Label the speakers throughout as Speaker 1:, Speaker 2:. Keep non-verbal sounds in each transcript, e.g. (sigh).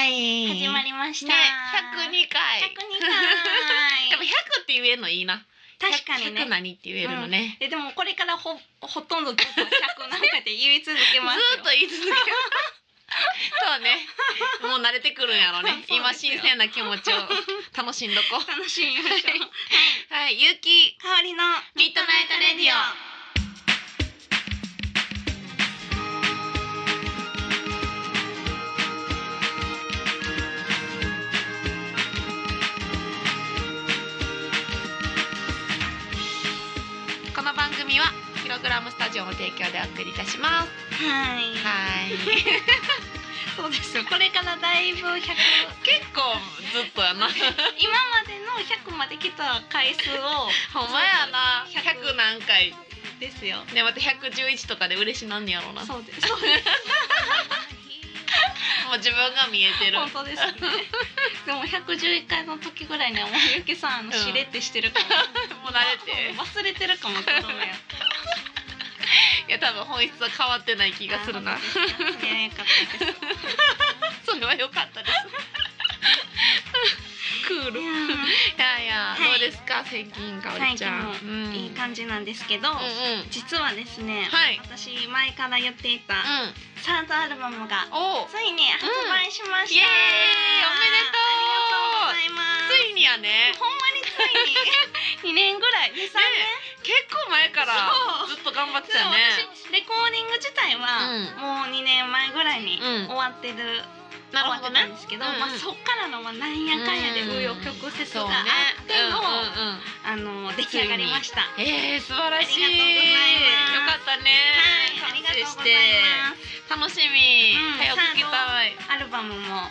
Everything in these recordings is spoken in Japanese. Speaker 1: 始まりました。
Speaker 2: ね、百二回。
Speaker 1: 百二
Speaker 2: (laughs) でも
Speaker 1: 回。
Speaker 2: 百って言えるのいいな。
Speaker 1: 確かに
Speaker 2: 百
Speaker 1: ね。
Speaker 2: 何って言えるのね。
Speaker 1: えでもこれからほほとんどずっと
Speaker 2: (laughs)
Speaker 1: 百何回って言い続けます
Speaker 2: ずーっと
Speaker 1: よ。
Speaker 2: 言い続ける。 (laughs) そうね。もう慣れてくるんやろね。
Speaker 1: (laughs) そうそう
Speaker 2: 今
Speaker 1: ですよ
Speaker 2: 新鮮な気持ちを楽しんど
Speaker 1: (laughs)
Speaker 2: こ。
Speaker 1: 楽しみましょう。
Speaker 2: はい、ゆうき。
Speaker 1: 香りの
Speaker 2: ミッドナイトレディオこの番組はキログラムスタジオの提供でお送りいたします。
Speaker 1: はい。
Speaker 2: はい。
Speaker 1: (laughs) そうですよ。これからだいぶ百
Speaker 2: 結構ずっと
Speaker 1: (laughs)
Speaker 2: やな。
Speaker 1: 今までの百まで来た回数を
Speaker 2: ほんまやな。百何回。
Speaker 1: ですよ。
Speaker 2: ね、また百十一とかで嬉しなんねやろうな。も
Speaker 1: そうです。そうです。
Speaker 2: う自分が見えてる。
Speaker 1: 本当です
Speaker 2: (laughs)
Speaker 1: ね。でも百十一回の時ぐらいにはもうゆきさんあのしれってしてるから。
Speaker 2: (laughs) もう慣れて。
Speaker 1: 忘れてるかもしれない。
Speaker 2: いや、多分本質は変わってない (laughs) 気がするな。
Speaker 1: ね、よかったです。
Speaker 2: (laughs) それは良かったです。クール。いやい
Speaker 1: は
Speaker 2: や、
Speaker 1: い
Speaker 2: どうですか、千金かおりちゃん。
Speaker 1: 最
Speaker 2: う
Speaker 1: い
Speaker 2: ん
Speaker 1: やいい感じなんですけど、
Speaker 2: うんうん。
Speaker 1: 実はですね、
Speaker 2: はい
Speaker 1: 私前から言っていた
Speaker 2: うん。
Speaker 1: サードアルバムが
Speaker 2: おお。
Speaker 1: ついに発売しました。
Speaker 2: イエーイおめでとう
Speaker 1: ありがとうございます。
Speaker 2: ついにやね。
Speaker 1: ほんまにつ
Speaker 2: (laughs)
Speaker 1: いに二年ぐらい、二三年。
Speaker 2: 結構前から
Speaker 1: そう
Speaker 2: ずっと頑張って
Speaker 1: そう
Speaker 2: たよね。
Speaker 1: 私レコーディング自体はもう2年前ぐらいに
Speaker 2: うん
Speaker 1: 終わってる、終
Speaker 2: なる
Speaker 1: わっ
Speaker 2: ほ
Speaker 1: て
Speaker 2: ど
Speaker 1: た
Speaker 2: ね
Speaker 1: ん。ですけど、
Speaker 2: うんうん
Speaker 1: まあ、そっからのまあなんやかんやで紆余曲折
Speaker 2: そう
Speaker 1: が
Speaker 2: ね
Speaker 1: あっての,、
Speaker 2: うんうんうん。
Speaker 1: あの出来上がりました。はい
Speaker 2: えー、素晴らしい。
Speaker 1: ありがとうございます
Speaker 2: よかったね。
Speaker 1: ありがとうござ
Speaker 2: 完成
Speaker 1: います。
Speaker 2: して楽しみ。
Speaker 1: うん
Speaker 2: 早く聞きたい。
Speaker 1: アルバムもあ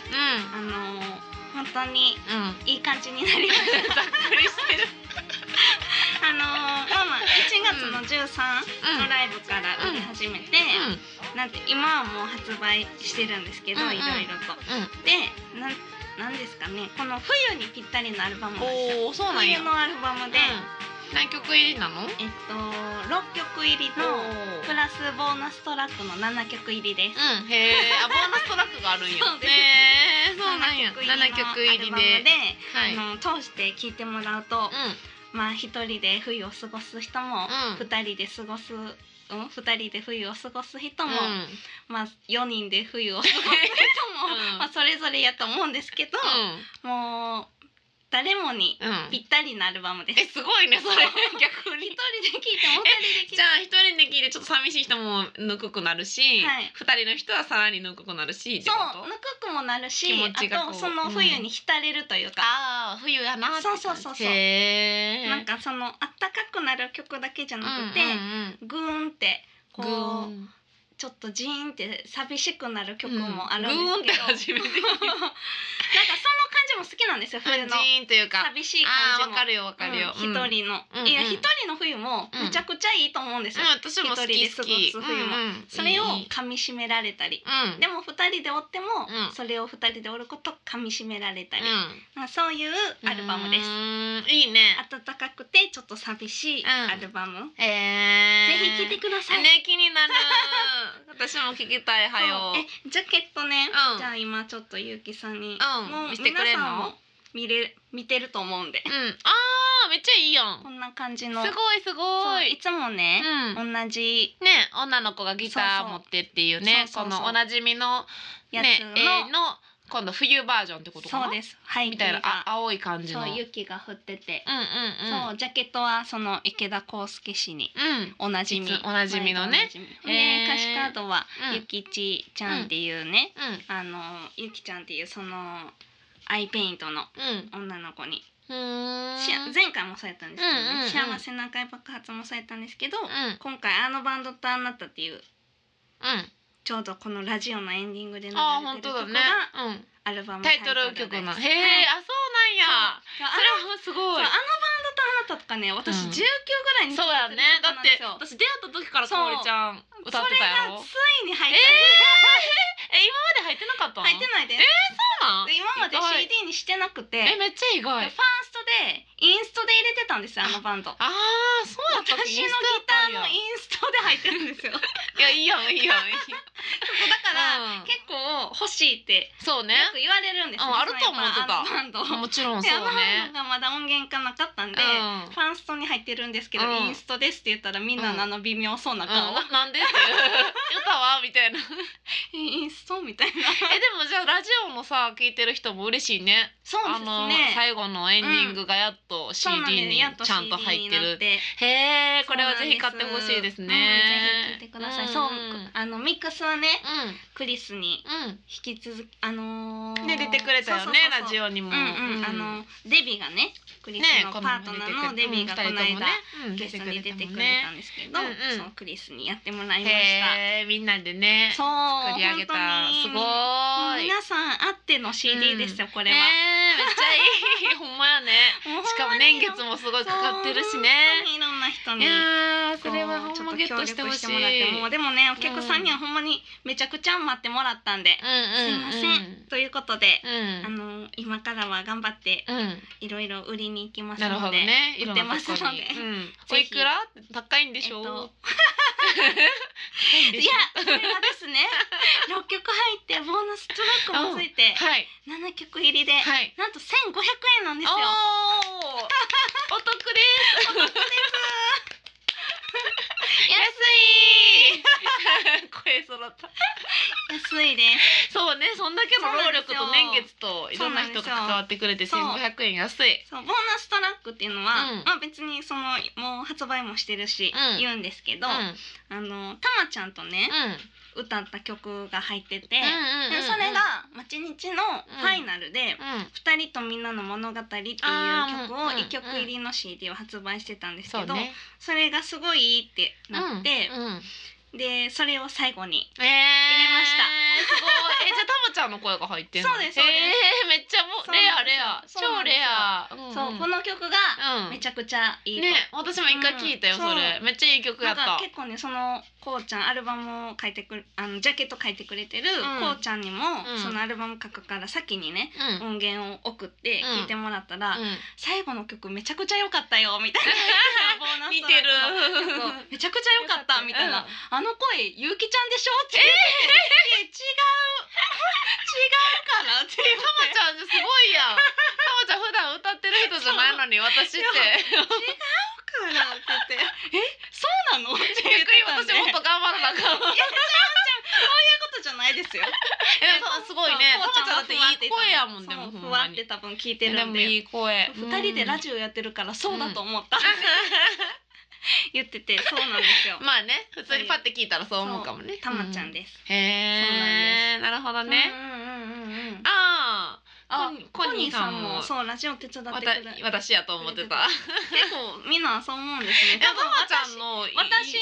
Speaker 2: う
Speaker 1: の本当に
Speaker 2: ん。うん。
Speaker 1: いい感じにな
Speaker 2: (laughs)
Speaker 1: りまし
Speaker 2: ざっくりしてる。
Speaker 1: た。あのまあまあ1月の13
Speaker 2: うん
Speaker 1: のライブから売り始めて、
Speaker 2: うん。
Speaker 1: なんて今はもう発売してるんですけど、
Speaker 2: うんうん
Speaker 1: いろいろと。でなんなんですかねこの冬にぴったりのアルバムなんですよ
Speaker 2: おおー、そうなんや。
Speaker 1: 冬のアルバムで、
Speaker 2: うん何曲入りなの？
Speaker 1: えっと6曲入りのプラスボーナストラックの7曲入りです。
Speaker 2: うん、
Speaker 1: (laughs)
Speaker 2: へえ、あ、ボーナストラックがあるんや。
Speaker 1: そうです
Speaker 2: へーそうなんや。七曲入り
Speaker 1: のアルバムで
Speaker 2: で。、はい。うん、
Speaker 1: あの通して聴いてもらうと、まあ一人で冬を過ごす人も、
Speaker 2: う
Speaker 1: 二
Speaker 2: ん
Speaker 1: 人で過ごす、うん、二人で冬を過ごす人
Speaker 2: う
Speaker 1: も、
Speaker 2: ん、
Speaker 1: まあ四人で冬を過ごす人も、
Speaker 2: (laughs) うん
Speaker 1: まあそれぞれやと思うんですけど、もう誰もに
Speaker 2: うん、うん。
Speaker 1: ぴったりのアルバムです。
Speaker 2: え、すごいね、それ。逆
Speaker 1: 一
Speaker 2: に。
Speaker 1: 人で聴いても二人で聴いて
Speaker 2: じ
Speaker 1: も
Speaker 2: ゃあ一人で聞いてちょっと寂しい人もぬくくなるし、
Speaker 1: はい
Speaker 2: 二人の人はさらにぬくくなるしって
Speaker 1: そ
Speaker 2: こ
Speaker 1: う
Speaker 2: と
Speaker 1: ぬくくもなるし
Speaker 2: 気持ちが
Speaker 1: あ
Speaker 2: ことう
Speaker 1: その冬に浸れるというか、
Speaker 2: ああ冬やな
Speaker 1: そうそうそうそう
Speaker 2: へえ
Speaker 1: なんかそのあったかくなる曲だけじゃなくて、グーンってこ
Speaker 2: グー
Speaker 1: う
Speaker 2: ン
Speaker 1: ちょっとジーンって寂しくなる曲
Speaker 2: うん
Speaker 1: もあるんですけど、
Speaker 2: グーンって初めて聞い
Speaker 1: なんかその感じも好きなんですよ
Speaker 2: ジ
Speaker 1: 冬の
Speaker 2: ーンというか
Speaker 1: 寂しい
Speaker 2: あ
Speaker 1: 感
Speaker 2: あ
Speaker 1: じ
Speaker 2: わ
Speaker 1: も
Speaker 2: かるよわかるよ、
Speaker 1: うん一、
Speaker 2: うん
Speaker 1: 人の、
Speaker 2: うん
Speaker 1: いや
Speaker 2: うん
Speaker 1: 一人の冬もめちゃくちゃいいと思うんですよ、
Speaker 2: うん、私も好き好
Speaker 1: 一人
Speaker 2: き
Speaker 1: で過ごす冬も
Speaker 2: うんうん
Speaker 1: それを
Speaker 2: いい
Speaker 1: 噛みしめられたり
Speaker 2: うん
Speaker 1: でも二人でおっても、
Speaker 2: うん
Speaker 1: それを二人でおること噛みしめられたり、
Speaker 2: う
Speaker 1: まあ、そういうんアルバムです
Speaker 2: う。ーんいいね
Speaker 1: 暖かくてちょっと寂しい
Speaker 2: うん
Speaker 1: アルバム、ぜ
Speaker 2: えー、
Speaker 1: ひ聴いてください、
Speaker 2: ね気に
Speaker 1: (laughs)
Speaker 2: なる私も聞きたい
Speaker 1: そう
Speaker 2: はよ
Speaker 1: えジャケットね、
Speaker 2: うん
Speaker 1: じゃあ今ちょっとゆうきさんに、
Speaker 2: うん
Speaker 1: もう
Speaker 2: 見せてくれんの
Speaker 1: 皆さんも見れ見てると思うんで、
Speaker 2: うんあーめっちゃいいやん
Speaker 1: こんな感じ
Speaker 2: す
Speaker 1: の
Speaker 2: ごいすご
Speaker 1: そう
Speaker 2: い
Speaker 1: いつもね、
Speaker 2: うん
Speaker 1: 同じ
Speaker 2: ね女の子がギタ
Speaker 1: そう
Speaker 2: ー
Speaker 1: そう
Speaker 2: 持ってっていうね
Speaker 1: そうそうそう
Speaker 2: このおなじみの
Speaker 1: やつ
Speaker 2: ね
Speaker 1: の、
Speaker 2: 絵の今度冬バージョンってことかな
Speaker 1: そうです背
Speaker 2: み
Speaker 1: 景
Speaker 2: たいなあ
Speaker 1: が
Speaker 2: 青い感じの
Speaker 1: そう
Speaker 2: うんうんうん
Speaker 1: 雪が降ってて、
Speaker 2: う
Speaker 1: そ
Speaker 2: ん
Speaker 1: うジャケットはその池田康介氏におなじみ
Speaker 2: いつおなじみの
Speaker 1: 毎度おな
Speaker 2: ね
Speaker 1: じみで
Speaker 2: えー
Speaker 1: 歌詞カードは、
Speaker 2: うん
Speaker 1: ゆきちちゃんっていうね、
Speaker 2: うん
Speaker 1: あのゆきちゃんっていうそのアイペイントの
Speaker 2: うん
Speaker 1: 女の子に、
Speaker 2: ふーん
Speaker 1: し前回もそうやったんですけどね、
Speaker 2: うんうんうん
Speaker 1: 幸せな赤い爆発もそうやったんですけど、
Speaker 2: うん
Speaker 1: 今回「あのバンドとあなた」っていう
Speaker 2: うん
Speaker 1: ちょうどこのラジオのエンディングで流れ
Speaker 2: あー
Speaker 1: てる
Speaker 2: 本当
Speaker 1: 曲
Speaker 2: だ
Speaker 1: が、
Speaker 2: ね。うん。
Speaker 1: アルバム
Speaker 2: タイトル曲
Speaker 1: です
Speaker 2: の。へえ、あそうなん
Speaker 1: はい
Speaker 2: や。
Speaker 1: そうあ
Speaker 2: それはすご
Speaker 1: のそうあの
Speaker 2: い
Speaker 1: バン。ドとあなたとかね私
Speaker 2: うん
Speaker 1: 19ぐらいに
Speaker 2: そうやね。だって
Speaker 1: そうなんですよ
Speaker 2: 私出会った時からかおりちゃん歌ってたやろ。
Speaker 1: それがついに入っ
Speaker 2: えー、え
Speaker 1: て、
Speaker 2: 今まで入ってなかったの？
Speaker 1: 入ってないです、
Speaker 2: そうなん？
Speaker 1: 今まで
Speaker 2: 意外
Speaker 1: CD にしてなくて
Speaker 2: えめっちゃ意
Speaker 1: ファ
Speaker 2: 外
Speaker 1: ー。ストでインストで入れてたんですよあのバンド。
Speaker 2: ああそうやったっけ
Speaker 1: 私のギターのインストで入ってるんですよ。だか
Speaker 2: (laughs) いやいいやんいいやんいいやん。
Speaker 1: ら、
Speaker 2: うん
Speaker 1: 結構欲しいって
Speaker 2: そうね
Speaker 1: よく言われるんですよ、
Speaker 2: うんあると思ってた
Speaker 1: そのやっぱあのバンド
Speaker 2: もちろん
Speaker 1: で
Speaker 2: そう
Speaker 1: あのバン
Speaker 2: ね
Speaker 1: ドがまだ音源化なかったんで、
Speaker 2: うん
Speaker 1: ファーストに入ってるんですけど、
Speaker 2: うん
Speaker 1: インストですって言ったらみんなのあの微妙そうな
Speaker 2: うん、
Speaker 1: (laughs) 顔、
Speaker 2: (laughs) ななんで歌はみたいな (laughs) えで
Speaker 1: インストみたいな
Speaker 2: もじゃあラジオもさ聞いてる人も嬉しいね
Speaker 1: そうで
Speaker 2: あ
Speaker 1: す
Speaker 2: の
Speaker 1: ね
Speaker 2: 最後のエンディングがやっと
Speaker 1: そうなん
Speaker 2: CD に
Speaker 1: やっと
Speaker 2: ちゃんと入って
Speaker 1: CD にな
Speaker 2: る。
Speaker 1: て
Speaker 2: へえ、これはぜひ買ってほしいです
Speaker 1: うん
Speaker 2: ね。
Speaker 1: ぜひ聞いてください。そう
Speaker 2: うんうん、
Speaker 1: あのミックスはね、クリスに引き続きあのー、
Speaker 2: うん、ね出てくれたよねラジ
Speaker 1: オ。
Speaker 2: オにも。
Speaker 1: うんうん、あのデビがね、クリスのパートナーのデビがこの間、ゲストに出てくれたんですけど、
Speaker 2: うんうん
Speaker 1: そのクリスにやってもらいました。
Speaker 2: へえ、みんなでね、
Speaker 1: そう
Speaker 2: 作り上げた。すご
Speaker 1: 本当に
Speaker 2: い。
Speaker 1: 皆さんあっての CD ですよ、これは。
Speaker 2: ねえめっちゃい (laughs) い。ほんまやね。
Speaker 1: もうほんまに
Speaker 2: しかも年月もすごいかかってるしね。
Speaker 1: そう本当にいろんな人
Speaker 2: い
Speaker 1: に。
Speaker 2: やー
Speaker 1: そ
Speaker 2: そうれはほ
Speaker 1: ちょ
Speaker 2: ん
Speaker 1: っ
Speaker 2: ま
Speaker 1: と
Speaker 2: ゲッ
Speaker 1: 協
Speaker 2: ト
Speaker 1: 力
Speaker 2: してほしい。
Speaker 1: てもらってもうでもねお客さんにはほんまにめちゃくちゃ待ってもらったんで、
Speaker 2: うんうんうん、
Speaker 1: すいませんということで、
Speaker 2: う
Speaker 1: あ
Speaker 2: ん
Speaker 1: の今からは頑張って
Speaker 2: うん、
Speaker 1: いろいろ売りに行きますの
Speaker 2: な
Speaker 1: で
Speaker 2: るほどね。いろん
Speaker 1: 売
Speaker 2: なとこに
Speaker 1: ってますので
Speaker 2: う
Speaker 1: (laughs) ぜ
Speaker 2: ん、お
Speaker 1: ひ
Speaker 2: いくら高いんで
Speaker 1: えっ
Speaker 2: しょう。
Speaker 1: と、
Speaker 2: 高いん
Speaker 1: い
Speaker 2: で
Speaker 1: や
Speaker 2: しょ
Speaker 1: それがですね (laughs) 六曲入ってボーナストラックもつい
Speaker 2: (laughs)
Speaker 1: て
Speaker 2: はい
Speaker 1: 七曲入りで、
Speaker 2: はい。
Speaker 1: なんと1500円なんですよ
Speaker 2: おおー、お得です。お得です。安い。 (laughs) 声揃った。
Speaker 1: 安いです
Speaker 2: そうね、そんだけの労
Speaker 1: そ
Speaker 2: 力
Speaker 1: う
Speaker 2: と
Speaker 1: なん
Speaker 2: 年
Speaker 1: です
Speaker 2: 月といろんな人が関わってくれて
Speaker 1: そう
Speaker 2: 千五百円安い。
Speaker 1: そうボーナストラックっていうのは、
Speaker 2: うん
Speaker 1: まあ別にそのもう発売もしてるし、
Speaker 2: うん
Speaker 1: 言うんですけど、
Speaker 2: うん、うん、
Speaker 1: あのたまちゃんとね、歌った曲が入ってて、
Speaker 2: うんうん
Speaker 1: で
Speaker 2: うん、
Speaker 1: それが「まちにち」のファイナルで
Speaker 2: うん、うん、
Speaker 1: 「二人とみんなの物語」っていう曲を
Speaker 2: あーうん
Speaker 1: 1曲入りの CD を発売してたんです
Speaker 2: そ
Speaker 1: け
Speaker 2: う
Speaker 1: ど
Speaker 2: ね。
Speaker 1: それがすごいいいってなって
Speaker 2: うんうん
Speaker 1: でそれを最後に
Speaker 2: えー、入れ
Speaker 1: ました
Speaker 2: すごい。えじゃあたまちゃんの声が入ってんの。
Speaker 1: そうですそうです
Speaker 2: えー、めっちゃもう
Speaker 1: そう
Speaker 2: レ
Speaker 1: な
Speaker 2: ア
Speaker 1: んで
Speaker 2: レ
Speaker 1: すよ
Speaker 2: ア、
Speaker 1: そうなんですよ
Speaker 2: 超レ
Speaker 1: そ
Speaker 2: ア。うん
Speaker 1: うこの曲が
Speaker 2: うん、
Speaker 1: めちゃくちゃいいと
Speaker 2: ね、私も一回聞いたよ、
Speaker 1: うん
Speaker 2: それ。めっちゃいい曲や
Speaker 1: な
Speaker 2: っ
Speaker 1: んか
Speaker 2: た。
Speaker 1: 結構ねそのこうちゃんアルバムを書いてくるあのジャケット書いてくれてる
Speaker 2: うん
Speaker 1: こうちゃんにも
Speaker 2: うん
Speaker 1: そのアルバム書くから先にね
Speaker 2: うん。うん
Speaker 1: 音源を送って聞いてもらったら「最後の曲めちゃくちゃ良かったよ」みたいなボ
Speaker 2: (laughs)
Speaker 1: ーナス
Speaker 2: 似
Speaker 1: トラ
Speaker 2: て
Speaker 1: ッ
Speaker 2: る
Speaker 1: クの。そうめちゃくちゃ良か
Speaker 2: (laughs)
Speaker 1: ったみたいな、あの声ゆうきちゃんでしょって言って、 (laughs) 違う違うかなって
Speaker 2: たまちゃんすごいやん。たまちゃん普段歌ってる人じゃないのに私って。
Speaker 1: 言うからって言
Speaker 2: (laughs)
Speaker 1: ってえそうなのって言ってたん
Speaker 2: 逆
Speaker 1: で
Speaker 2: に私
Speaker 1: (laughs)
Speaker 2: もっと頑張らなあかんわ。
Speaker 1: いやそういうことじゃないですよ
Speaker 2: えすごいね。
Speaker 1: そう
Speaker 2: たまちゃんだっていい声やもん
Speaker 1: そ
Speaker 2: で
Speaker 1: う
Speaker 2: もほ
Speaker 1: ふ
Speaker 2: ん
Speaker 1: わ
Speaker 2: ま
Speaker 1: っ
Speaker 2: に
Speaker 1: て。多分聞いて
Speaker 2: で
Speaker 1: るん
Speaker 2: も
Speaker 1: で
Speaker 2: いい声。
Speaker 1: 二人でラジオやってるからそうだと思った、 (laughs) 言っててそうなんですよ、
Speaker 2: オ。まあね、普通にパって聞いたらそう思うかもね。
Speaker 1: たまちゃん
Speaker 2: で。
Speaker 1: です、
Speaker 2: へえ、なるほどね。
Speaker 1: うんうんうんうんうんあ
Speaker 2: ああ、
Speaker 1: コ
Speaker 2: コ
Speaker 1: ニ
Speaker 2: ニ
Speaker 1: ー
Speaker 2: ー
Speaker 1: さ
Speaker 2: さ
Speaker 1: ん
Speaker 2: ん
Speaker 1: も
Speaker 2: も
Speaker 1: そうラジオ手伝ってく
Speaker 2: わ
Speaker 1: れ
Speaker 2: た私やと思ってた。
Speaker 1: 結構みんなそう思うんですね。
Speaker 2: で
Speaker 1: 多
Speaker 2: も
Speaker 1: 分
Speaker 2: たまちゃ
Speaker 1: 私
Speaker 2: んのいい
Speaker 1: 私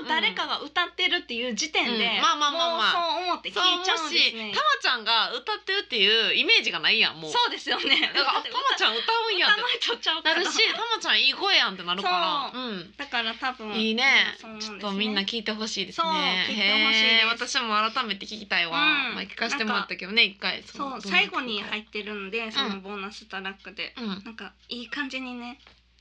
Speaker 1: と誰かが歌ってるっていう時点で、
Speaker 2: うんまあまあまあ
Speaker 1: も
Speaker 2: ま
Speaker 1: うそう思って聞い
Speaker 2: そう
Speaker 1: ちゃうん
Speaker 2: も
Speaker 1: で
Speaker 2: し
Speaker 1: すね
Speaker 2: た。まちゃんが歌ってるっていうイメージがないやんもう
Speaker 1: そうですよね。
Speaker 2: だからあたまちゃん歌うんやんっ
Speaker 1: 歌
Speaker 2: て
Speaker 1: の人ちゃうか
Speaker 2: な
Speaker 1: ら
Speaker 2: るし。たまちゃんいい声やんってなるから、
Speaker 1: そうだから多分
Speaker 2: ん、いいね
Speaker 1: そうなんです
Speaker 2: ちょ
Speaker 1: ね
Speaker 2: っとみんな聞いてほしいですね
Speaker 1: そう聞いてほしい
Speaker 2: へえ
Speaker 1: で
Speaker 2: 私も改めて聞きたいわ、
Speaker 1: うん
Speaker 2: まあ、聞かせてもらったけどね一回
Speaker 1: そう最後に
Speaker 2: っ
Speaker 1: 入ってるんでそのボーナストラックで、
Speaker 2: うん
Speaker 1: なんかいい感じにね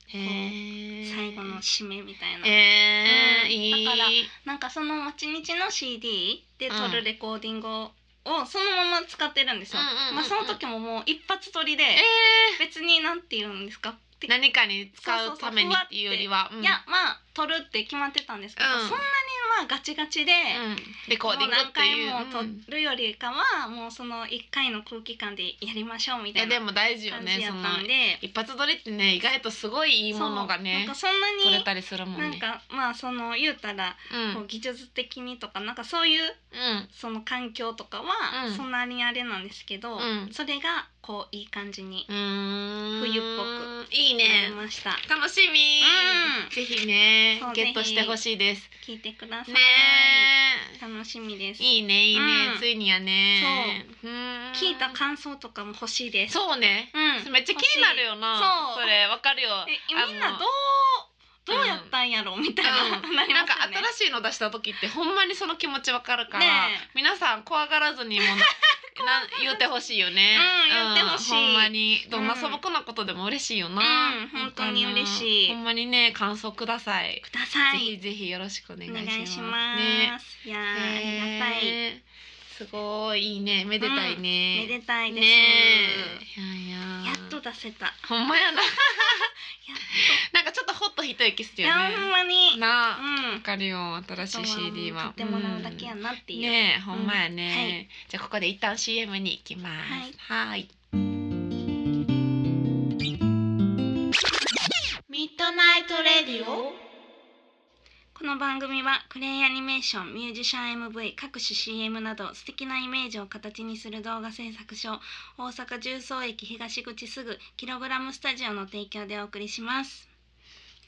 Speaker 2: へえ
Speaker 1: 最後の締めみたいな。
Speaker 2: えーいい
Speaker 1: だからなんかその町日の CD で撮るレコーディングをそのまま使ってるんですよ。
Speaker 2: うんうんうんうん
Speaker 1: まあその時ももう一発撮りで
Speaker 2: えー
Speaker 1: 別になんて言うんですか。て
Speaker 2: 何かに使うためにっていうよりはうん
Speaker 1: いやまあ撮るって決まってたんですけど、
Speaker 2: うん
Speaker 1: そんなにまあガチガチで。
Speaker 2: うんレコ
Speaker 1: もう
Speaker 2: ーディング
Speaker 1: 何
Speaker 2: ってい
Speaker 1: 回
Speaker 2: う
Speaker 1: も
Speaker 2: う
Speaker 1: 撮
Speaker 2: ん
Speaker 1: るよりかは、もうその一回の空気感でやりましょうみ
Speaker 2: い
Speaker 1: た
Speaker 2: や
Speaker 1: いな
Speaker 2: で
Speaker 1: 感
Speaker 2: も大事よね
Speaker 1: じや
Speaker 2: そ
Speaker 1: っ
Speaker 2: の
Speaker 1: たんで
Speaker 2: 一発撮りってね意外とすごいいいものがね
Speaker 1: そうなんかそん
Speaker 2: 取
Speaker 1: な
Speaker 2: れ
Speaker 1: に
Speaker 2: たりするもん
Speaker 1: な
Speaker 2: ね。
Speaker 1: んかまあその言うたら、
Speaker 2: うん、う
Speaker 1: こ
Speaker 2: ん
Speaker 1: う技術的にとかなんかそういうその環境とかは
Speaker 2: うん
Speaker 1: そんなにあれなんですけど、
Speaker 2: うん
Speaker 1: それがこういい感じに
Speaker 2: うーん
Speaker 1: 冬っぽ
Speaker 2: いい
Speaker 1: な
Speaker 2: ね
Speaker 1: りました、
Speaker 2: 楽しみ、
Speaker 1: うん
Speaker 2: ぜひね
Speaker 1: そう
Speaker 2: ゲットしてほしいです
Speaker 1: 聞いてください、
Speaker 2: ね
Speaker 1: 楽しみです
Speaker 2: いいねいいね、
Speaker 1: うん
Speaker 2: ついにやねうーん
Speaker 1: 聞いた感想とかも欲しいです
Speaker 2: そうね、
Speaker 1: うん
Speaker 2: めっちゃ気になるよな
Speaker 1: 欲しいそう
Speaker 2: れわかるよ
Speaker 1: えみんなどうどうやったんやろみたいな、
Speaker 2: う
Speaker 1: (laughs)
Speaker 2: ん
Speaker 1: なり
Speaker 2: なん
Speaker 1: ま
Speaker 2: か
Speaker 1: すよね
Speaker 2: 新しいの出した時ってほんまにその気持ちわかるから、
Speaker 1: ね
Speaker 2: 皆さん怖がらずに
Speaker 1: (laughs)
Speaker 2: もうな言ってほしいよね、
Speaker 1: うん言ってほしい
Speaker 2: ほんまにどんな素朴なことでも嬉しいよな、
Speaker 1: うん本当に嬉しい
Speaker 2: ほんまにね感想ください、
Speaker 1: くださ
Speaker 2: ぜ
Speaker 1: い
Speaker 2: ひぜひよろしくお願い
Speaker 1: お
Speaker 2: します
Speaker 1: 願いします
Speaker 2: ね
Speaker 1: いやーありがたい
Speaker 2: へーすごいいいねめでたいね、
Speaker 1: めでたいです、
Speaker 2: ねえいやい
Speaker 1: や
Speaker 2: や
Speaker 1: っと出せ (laughs) たやっ
Speaker 2: ほんまやな
Speaker 1: と
Speaker 2: なんかちょっとほっと一息す
Speaker 1: い
Speaker 2: る
Speaker 1: や
Speaker 2: よ
Speaker 1: ほん
Speaker 2: ね
Speaker 1: まに
Speaker 2: なあ
Speaker 1: うん
Speaker 2: わかるよ新しい CD は
Speaker 1: 買ってもらうだけやなっていう、
Speaker 2: ねえほんまや
Speaker 1: う
Speaker 2: ね、
Speaker 1: んはい
Speaker 2: じゃあここで一旦 CM に行きますはいいミッドナイトレディオ
Speaker 1: この番組はクレイアニメーションミュージシャン MV 各種 CM など素敵なイメージを形にする動画制作所大阪重曹駅東口すぐキログラムスタジオの提供でお送りします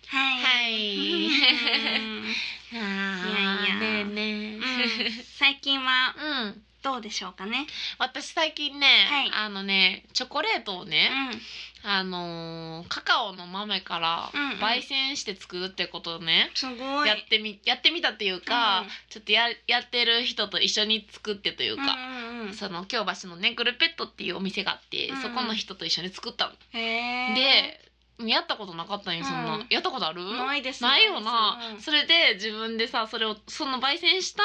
Speaker 1: はい
Speaker 2: は
Speaker 1: (laughs) う
Speaker 2: い
Speaker 1: ん
Speaker 2: いや
Speaker 1: いやいや
Speaker 2: ねえね
Speaker 1: う
Speaker 2: え
Speaker 1: ん最近は
Speaker 2: うん、
Speaker 1: どうでしょうかね
Speaker 2: 私最近ね、
Speaker 1: はい
Speaker 2: あのねチョコレートを
Speaker 1: う
Speaker 2: ね、
Speaker 1: ん
Speaker 2: あのーカカオの豆から
Speaker 1: うんうん
Speaker 2: 焙煎して作るってことをね、
Speaker 1: すごい
Speaker 2: やってみやってみたっていうか、
Speaker 1: うん
Speaker 2: ちょっとややってる人と一緒に作ってという
Speaker 1: う
Speaker 2: か、
Speaker 1: んうんうん
Speaker 2: その京橋のねグルペットっていうお店があって、
Speaker 1: うんうん
Speaker 2: そこの人と一緒に作ったの。
Speaker 1: へー
Speaker 2: でやったことなかったんよそんな、
Speaker 1: うん
Speaker 2: やったことある
Speaker 1: ないです
Speaker 2: ないよな、
Speaker 1: うん
Speaker 2: それで自分でさそれをその焙煎した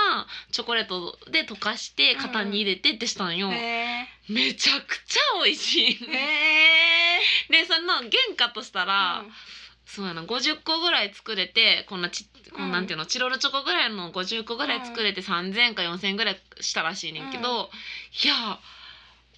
Speaker 2: チョコレートで溶かして型に入れてってしたんよ、
Speaker 1: へ
Speaker 2: めちゃくちゃ美味しい
Speaker 1: ーへ
Speaker 2: でその原価としたら、
Speaker 1: ーうん
Speaker 2: そうやな50個ぐらい作れてこんなちこ
Speaker 1: うん
Speaker 2: んなんていうの、チロルチョコぐらいの50個ぐらい作れて3,000か4,000ぐらいしたらしいねんけど、
Speaker 1: うん
Speaker 2: いや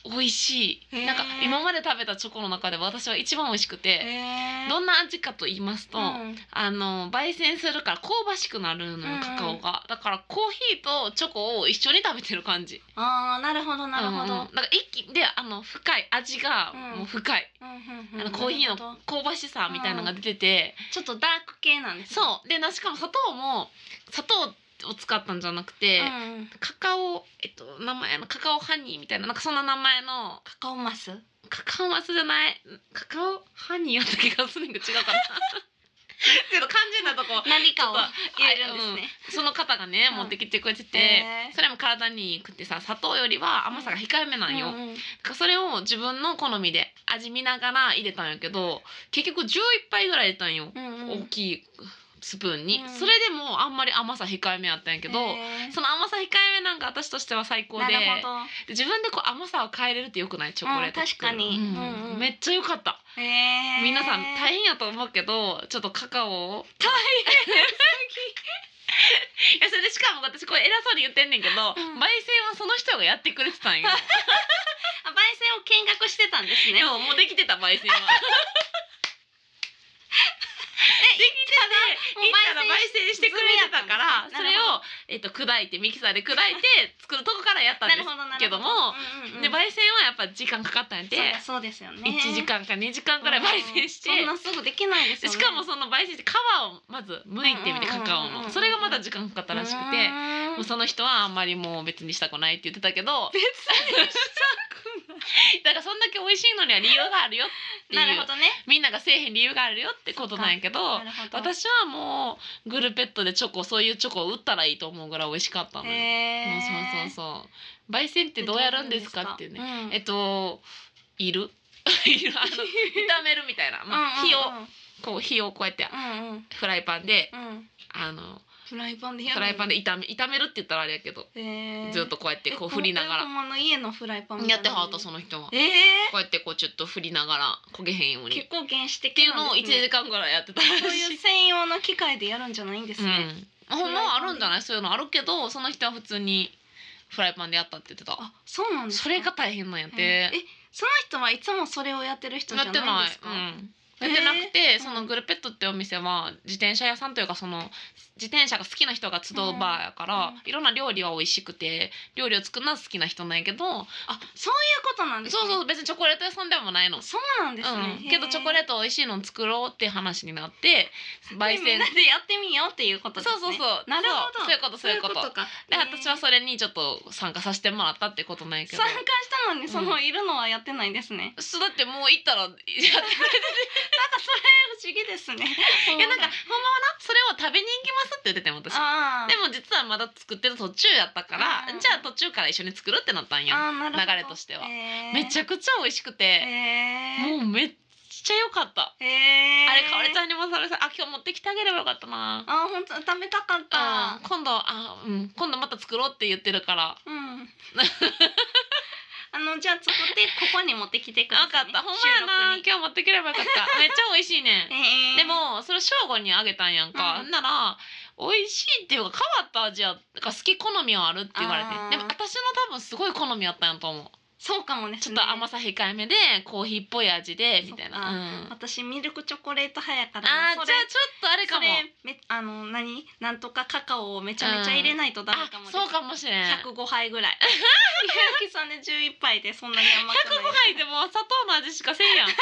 Speaker 2: 美味し
Speaker 1: へ
Speaker 2: い
Speaker 1: ー
Speaker 2: なんか今まで食べたチョコの中で私は一番美味しくて、
Speaker 1: へー
Speaker 2: どんな味かと言いますと、
Speaker 1: うん
Speaker 2: あの焙煎するから香ばしくなるの
Speaker 1: うんう
Speaker 2: よ
Speaker 1: ん
Speaker 2: カカオが、だからコーヒーとチョコを一緒に食べてる感じ
Speaker 1: ああなるほどなるほど、
Speaker 2: うんうんなんか一気であの深い味が
Speaker 1: うん
Speaker 2: もう深い、
Speaker 1: うんうんうん
Speaker 2: あのコーヒーの
Speaker 1: なるほど
Speaker 2: 香ばしさみたいなのが出てて、
Speaker 1: ちょっとダーク系なんですね
Speaker 2: そうでなしかも砂糖も砂糖を使ったんじゃなくて、
Speaker 1: うんうん
Speaker 2: カカオえっと名前のカカオハニーみたいななんかそんな名前の
Speaker 1: カカオマス
Speaker 2: カカオマスじゃないカカオハニーやった気がするんだけど違うかなちょっと肝心なとこ
Speaker 1: (laughs) 何かを入れるんですね、
Speaker 2: その方がね、
Speaker 1: うん
Speaker 2: 持ってきてくれてて、
Speaker 1: へー
Speaker 2: それも体にいいくってさ砂糖よりは甘さが控えめなんよ、
Speaker 1: うんうん
Speaker 2: だからそれを自分の好みで味見ながら入れたんやけど結局11杯ぐらい入れたんよ、
Speaker 1: うんう
Speaker 2: 大
Speaker 1: ん
Speaker 2: きいスプーンに、
Speaker 1: うん
Speaker 2: それでもあんまり甘さ控えめやったんやけど、
Speaker 1: へー
Speaker 2: その甘さ控えめなんか私としては最高で
Speaker 1: なるほど
Speaker 2: 自分でこう甘さを変えれるってよくないチョコレート作る
Speaker 1: うん確かに
Speaker 2: うん
Speaker 1: うんうん
Speaker 2: めっちゃ良かった、
Speaker 1: へー
Speaker 2: 皆さん大変やと思うけどちょっとカカオを
Speaker 1: 大
Speaker 2: (laughs) いやそれでしかも私これ偉そうに言ってんねんけ
Speaker 1: う
Speaker 2: ど、
Speaker 1: ん
Speaker 2: 焙煎はその人がやってくれてたんよ
Speaker 1: あ焙煎を見学してたんですね
Speaker 2: でももうできてた焙
Speaker 1: (laughs)
Speaker 2: 煎はできてて
Speaker 1: もう
Speaker 2: 行ったら
Speaker 1: 焙
Speaker 2: 焙煎してくれてたから
Speaker 1: 済
Speaker 2: そ
Speaker 1: み
Speaker 2: れ
Speaker 1: や
Speaker 2: を、えっと、砕いてミキサーで砕いて作るとこからやったん
Speaker 1: な
Speaker 2: で
Speaker 1: る
Speaker 2: す
Speaker 1: ほどなるほど
Speaker 2: けども
Speaker 1: うんうんうん
Speaker 2: で焙煎はやっぱ時間かかったんやて
Speaker 1: そうだそうですよね
Speaker 2: 1時間か2時間くらい焙煎して
Speaker 1: うんそんなすぐできないです
Speaker 2: で
Speaker 1: よね
Speaker 2: しかもその焙煎して皮をまず剥いてみて
Speaker 1: うんう
Speaker 2: カ
Speaker 1: んうんうん
Speaker 2: カオのそれがまだ時間かかったらしくて
Speaker 1: うん
Speaker 2: もうその人はあんまりもう別にしたくないって言ってたけど (laughs) だからそんだけ美味しいのには理由があるよってい
Speaker 1: なるほ
Speaker 2: う
Speaker 1: どね
Speaker 2: みんながせえへん理由があるよってことなんやけど
Speaker 1: なるほど
Speaker 2: 私はもうグルペットでチョコそういうチョコを売ったらいいと思うぐらい美味しかったのよ。も
Speaker 1: へ
Speaker 2: う
Speaker 1: ー
Speaker 2: そうそうそう焙煎ってどうやるんですかっていうね。
Speaker 1: うん
Speaker 2: えっといる (laughs) いるあの炒めるみたいな、まあ、火をこう火をこうやって
Speaker 1: うんうん
Speaker 2: フライパンで
Speaker 1: うんうん
Speaker 2: あの
Speaker 1: フライパンでやる
Speaker 2: フライパンで炒め炒めるって言ったらあれやけど
Speaker 1: へー
Speaker 2: ずっとこうやってこう振りなが
Speaker 1: え
Speaker 2: ら
Speaker 1: ほんまの家のフライパンみた
Speaker 2: や
Speaker 1: い
Speaker 2: っ
Speaker 1: な
Speaker 2: てはったその人はこ
Speaker 1: え
Speaker 2: うやってこうちょっと振りながら焦げへんよう
Speaker 1: ー、
Speaker 2: にっ
Speaker 1: 結構原始的
Speaker 2: ていう
Speaker 1: な
Speaker 2: のを
Speaker 1: んで
Speaker 2: 1
Speaker 1: すね
Speaker 2: 時間ぐらいやってたらしい
Speaker 1: そういう専用の機械でやるんじゃないんですね、
Speaker 2: うん、ほんまはあるんじゃないそういうのあるけどその人は普通にフライパンでやったって言ってた
Speaker 1: あそうなんですか
Speaker 2: それが大変なんやっ
Speaker 1: へ
Speaker 2: て
Speaker 1: ーえその人はいつもそれをやってる人じ
Speaker 2: や
Speaker 1: ゃない
Speaker 2: って
Speaker 1: ん
Speaker 2: な
Speaker 1: で
Speaker 2: い
Speaker 1: すか
Speaker 2: うん、やってなくて、
Speaker 1: ー
Speaker 2: そのグルペットってお店は自転車屋さんというかその自転車が好きな人が集うバーやから、
Speaker 1: うんうん
Speaker 2: いろんな料理は美味しくて料理を作るのは好きな人なんやけど
Speaker 1: あそういうことなんですね
Speaker 2: そうそう別にチョコレート屋さんでもないの。
Speaker 1: そうなんですね、
Speaker 2: うん、けどチョコレ
Speaker 1: ー
Speaker 2: ート美味しいの作ろうって話になって
Speaker 1: ト
Speaker 2: 焙
Speaker 1: みん
Speaker 2: 煎
Speaker 1: なでやってみようっていうこと
Speaker 2: そう
Speaker 1: ですね
Speaker 2: そうそう
Speaker 1: なるほど
Speaker 2: そうそういうことそういうこと
Speaker 1: か
Speaker 2: で
Speaker 1: へー
Speaker 2: 私はそれにちょっと参加させてもらったってことなんやけ
Speaker 1: 参
Speaker 2: ど
Speaker 1: 加したのにそのいるのはやってないんですね、
Speaker 2: そうだってもう行ったら (laughs) い
Speaker 1: なんかそれ
Speaker 2: や
Speaker 1: 不思議ですねい
Speaker 2: なんかほんまはなそれを食べに行きますって言っててん私
Speaker 1: ああ
Speaker 2: でも実はまだ作ってる途中やったから
Speaker 1: うん
Speaker 2: じゃあ途中から一緒に作るってなったんや
Speaker 1: あーなるほど
Speaker 2: 流れとしては
Speaker 1: へー
Speaker 2: めちゃくちゃ美味しくて
Speaker 1: へー
Speaker 2: もうめっっちゃ良かった。
Speaker 1: へえ
Speaker 2: あれかおりち
Speaker 1: ゃ
Speaker 2: ゃんにもそれさあ今日持ってきてあげればよかったな。
Speaker 1: あ本当食べたかっ
Speaker 2: あ
Speaker 1: た
Speaker 2: 今度あうん今度また作ろうって言ってるから。
Speaker 1: うん (laughs) あのじゃあ作ってここに持ってきてく
Speaker 2: 分
Speaker 1: ださ
Speaker 2: か
Speaker 1: い、ね、
Speaker 2: ったほんまやな
Speaker 1: 収録に
Speaker 2: 今日持ってくればよかった。めっちゃ美味しいねん。
Speaker 1: へー
Speaker 2: でもそれ正午にあげたんやんか、
Speaker 1: うん
Speaker 2: なら美味しいっていうか変わった味やなんか好き好みはあるって言われて
Speaker 1: あー
Speaker 2: でも私の多分すごい好みやったんやと思う
Speaker 1: そうかもです
Speaker 2: ちょ
Speaker 1: ね
Speaker 2: っと甘さ控えめでコーヒーっぽい味でみたいな、
Speaker 1: そっか
Speaker 2: うん、あ
Speaker 1: 私ミルクチョコレート派やから
Speaker 2: あー
Speaker 1: そ
Speaker 2: じ
Speaker 1: れ
Speaker 2: ゃあちょっとあれかも
Speaker 1: それめあの何なんとかカカオをめちゃめちゃ入れないとダメかも
Speaker 2: あそうかもしれん105
Speaker 1: 105杯ぐらいゆうきさんで11杯でそんなに甘くない
Speaker 2: 杯でも砂糖の味しかせん
Speaker 1: (laughs)
Speaker 2: やんい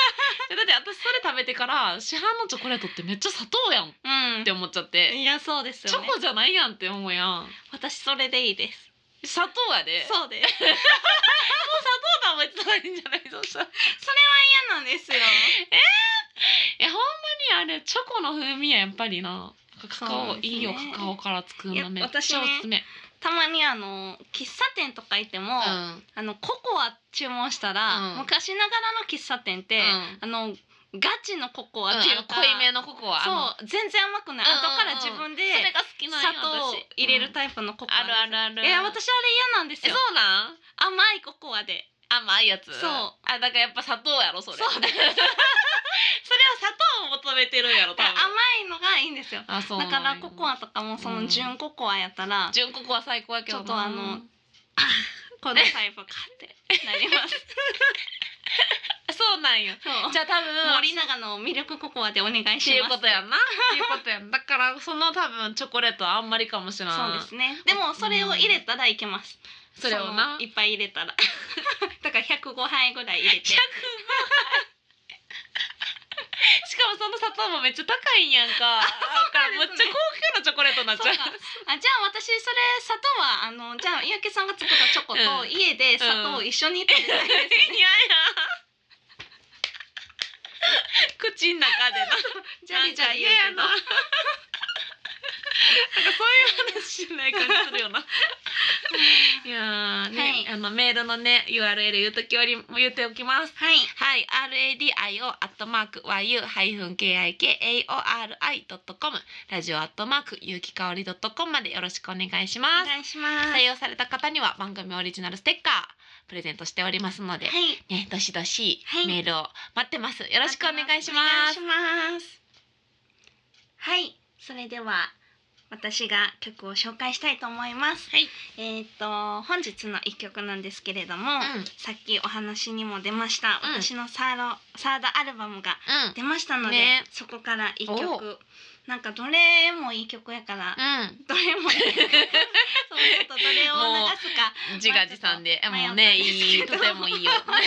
Speaker 2: やだって私それ食べてから市販のチョコレートってめっちゃ砂糖やんっ
Speaker 1: うん
Speaker 2: て思っちゃって、
Speaker 1: いやそうです
Speaker 2: チョ
Speaker 1: よね
Speaker 2: コじゃないやんって思うやん
Speaker 1: 私それでいいです
Speaker 2: 砂糖やでう
Speaker 1: そうです
Speaker 2: 砂糖だもんいついいんじゃないそうしたら
Speaker 1: 嫌なん
Speaker 2: (laughs)
Speaker 1: ですよ
Speaker 2: えほんまにあれチョコの風味はやっぱりなカカオ、
Speaker 1: そうですね
Speaker 2: いいよカカオから作るの
Speaker 1: い
Speaker 2: め
Speaker 1: や
Speaker 2: っちゃおすすめ、
Speaker 1: たまにあの喫茶店とか行っても、
Speaker 2: うん
Speaker 1: あのココア注文したら、
Speaker 2: うん
Speaker 1: 昔ながらの喫茶店って、あのガチのココ
Speaker 2: うん、
Speaker 1: アっていう
Speaker 2: あの
Speaker 1: か、
Speaker 2: 濃いめのココアあの
Speaker 1: そう全然甘くない、
Speaker 2: うん
Speaker 1: 後から自分で
Speaker 2: それが好きなんよ
Speaker 1: 砂糖を
Speaker 2: 私
Speaker 1: 入れる
Speaker 2: うん
Speaker 1: タイプのココア
Speaker 2: あるあるある
Speaker 1: いや私あれ嫌なんです
Speaker 2: え
Speaker 1: よ
Speaker 2: そうなん
Speaker 1: 甘いココアで
Speaker 2: 甘いやつ
Speaker 1: そう
Speaker 2: あだからやっぱ砂糖やろそれ
Speaker 1: そうで
Speaker 2: それは砂糖を求めてるん (laughs) やろ多分
Speaker 1: 甘いのがいいんですよ
Speaker 2: あそう
Speaker 1: だからココ
Speaker 2: ア
Speaker 1: アとかもそうの
Speaker 2: ん
Speaker 1: 純ココアやったら、
Speaker 2: 純ココア最高やけどな
Speaker 1: ちょっとあのこのタイプかってなります
Speaker 2: (laughs) そうなんよ
Speaker 1: そう
Speaker 2: じゃあ多分
Speaker 1: 森永のミルクココアでお願いします
Speaker 2: っていうことやんなっていうことやんだからその多分チョコレートはあんまりかもしれない
Speaker 1: そうですねでもそれを入れたらいけます、
Speaker 2: それをな
Speaker 1: そのいっぱい入れた
Speaker 2: (laughs)
Speaker 1: らだから105杯ぐらい入れて
Speaker 2: しかもその砂糖もめっちゃ高いんやん
Speaker 1: な
Speaker 2: か。
Speaker 1: んですね
Speaker 2: めっちゃ高級なチョコレートになっちゃう。
Speaker 1: そうかあじゃあ私それ砂糖はあのじゃあゆうきさんが作ったチョコ
Speaker 2: う
Speaker 1: と
Speaker 2: ん
Speaker 1: 家で砂糖を一緒に食べたい
Speaker 2: いや
Speaker 1: です、
Speaker 2: いや。口の中でな。
Speaker 1: じゃりじゃり言うけど
Speaker 2: なんかそういう話しない感じするよな。いやーね、あのメールのね URL 言うときよりも言っておきます。
Speaker 1: はい
Speaker 2: はい、RADIO アットマーク YU ハイフン KIKAORI ドットコムラジオアットマーク有機香りドットコムまでよろしくお願いし
Speaker 1: お
Speaker 2: ます。
Speaker 1: 願いします
Speaker 2: 採用された方には番組オリジナルステッカープレゼントしておりますので、
Speaker 1: はい
Speaker 2: ね、どしどし
Speaker 1: はい
Speaker 2: メールを待ってます。よろしくお願いしま
Speaker 1: お願いし
Speaker 2: す。
Speaker 1: ますはいそれでは私が曲を紹介したいと思います、
Speaker 2: はい
Speaker 1: えーっと本日の一曲なんですけれども、
Speaker 2: うん、
Speaker 1: さっきお話にも出ました、
Speaker 2: うん
Speaker 1: 私のサードサードアルバムが
Speaker 2: うん、
Speaker 1: 出ましたので、
Speaker 2: ね
Speaker 1: そこから一
Speaker 2: お
Speaker 1: 曲なんかどれもいい曲やから、
Speaker 2: う
Speaker 1: どれもいい曲そうちょっとど
Speaker 2: (laughs)
Speaker 1: れ (laughs) を流すか
Speaker 2: ん、自画自賛で、
Speaker 1: まあ
Speaker 2: もうね、
Speaker 1: 迷ったんです
Speaker 2: いい、
Speaker 1: けど
Speaker 2: とてもい
Speaker 1: (laughs)
Speaker 2: いよ。うん、
Speaker 1: め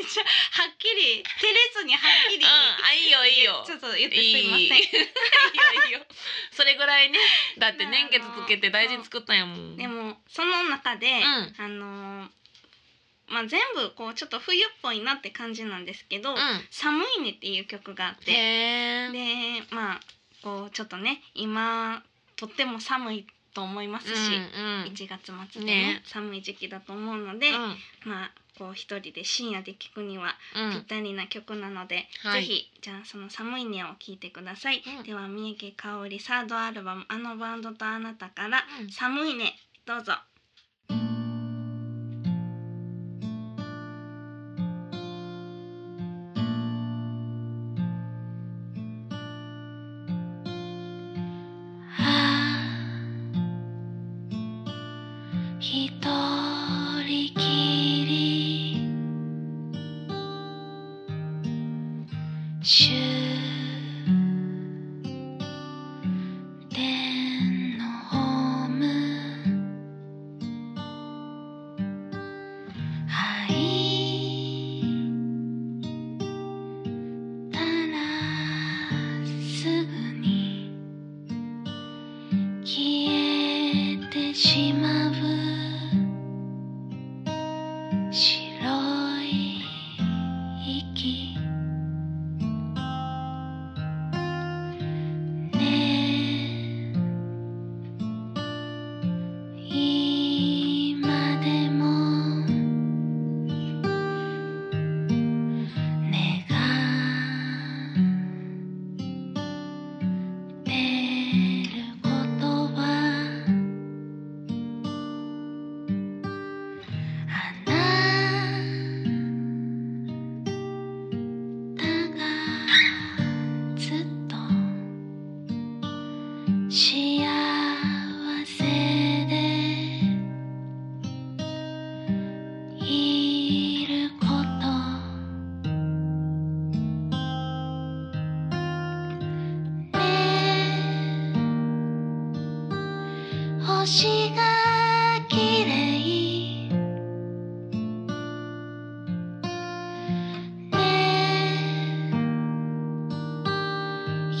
Speaker 1: っちゃはっきり照れずにはっきり、
Speaker 2: あ、いいよ、いいよ。
Speaker 1: ちょっと言ってすいません。
Speaker 2: いい (laughs) いいよ、いいよ。それぐらいね、だって年月つけて大事に作ったんやもん。
Speaker 1: でもその中で、
Speaker 2: ん
Speaker 1: あのーまあ全部こうちょっと冬っぽいなって感じなんですけど「
Speaker 2: う
Speaker 1: 寒いね」っていう曲があっ
Speaker 2: ん、
Speaker 1: て
Speaker 2: へー
Speaker 1: でまあこうちょっとね今とっても寒いと思いますし、
Speaker 2: うん、うん
Speaker 1: 1月末でね
Speaker 2: ね
Speaker 1: 寒い時期だと思うので、
Speaker 2: うん、
Speaker 1: まあこう一人で深夜で聴くには
Speaker 2: うん
Speaker 1: ぴったりな曲なので、
Speaker 2: はい
Speaker 1: ぜひじゃあその「寒いね」を聴いてください、
Speaker 2: うん
Speaker 1: では三池香織サードアルバム「あのバンドとあなた」から
Speaker 2: う
Speaker 1: 「
Speaker 2: ん
Speaker 1: 寒いね」どうぞ。
Speaker 3: ひとりきり終電のホーム入ったらすぐに消えてしまう白い息ねえ今でも願星が綺麗ねえ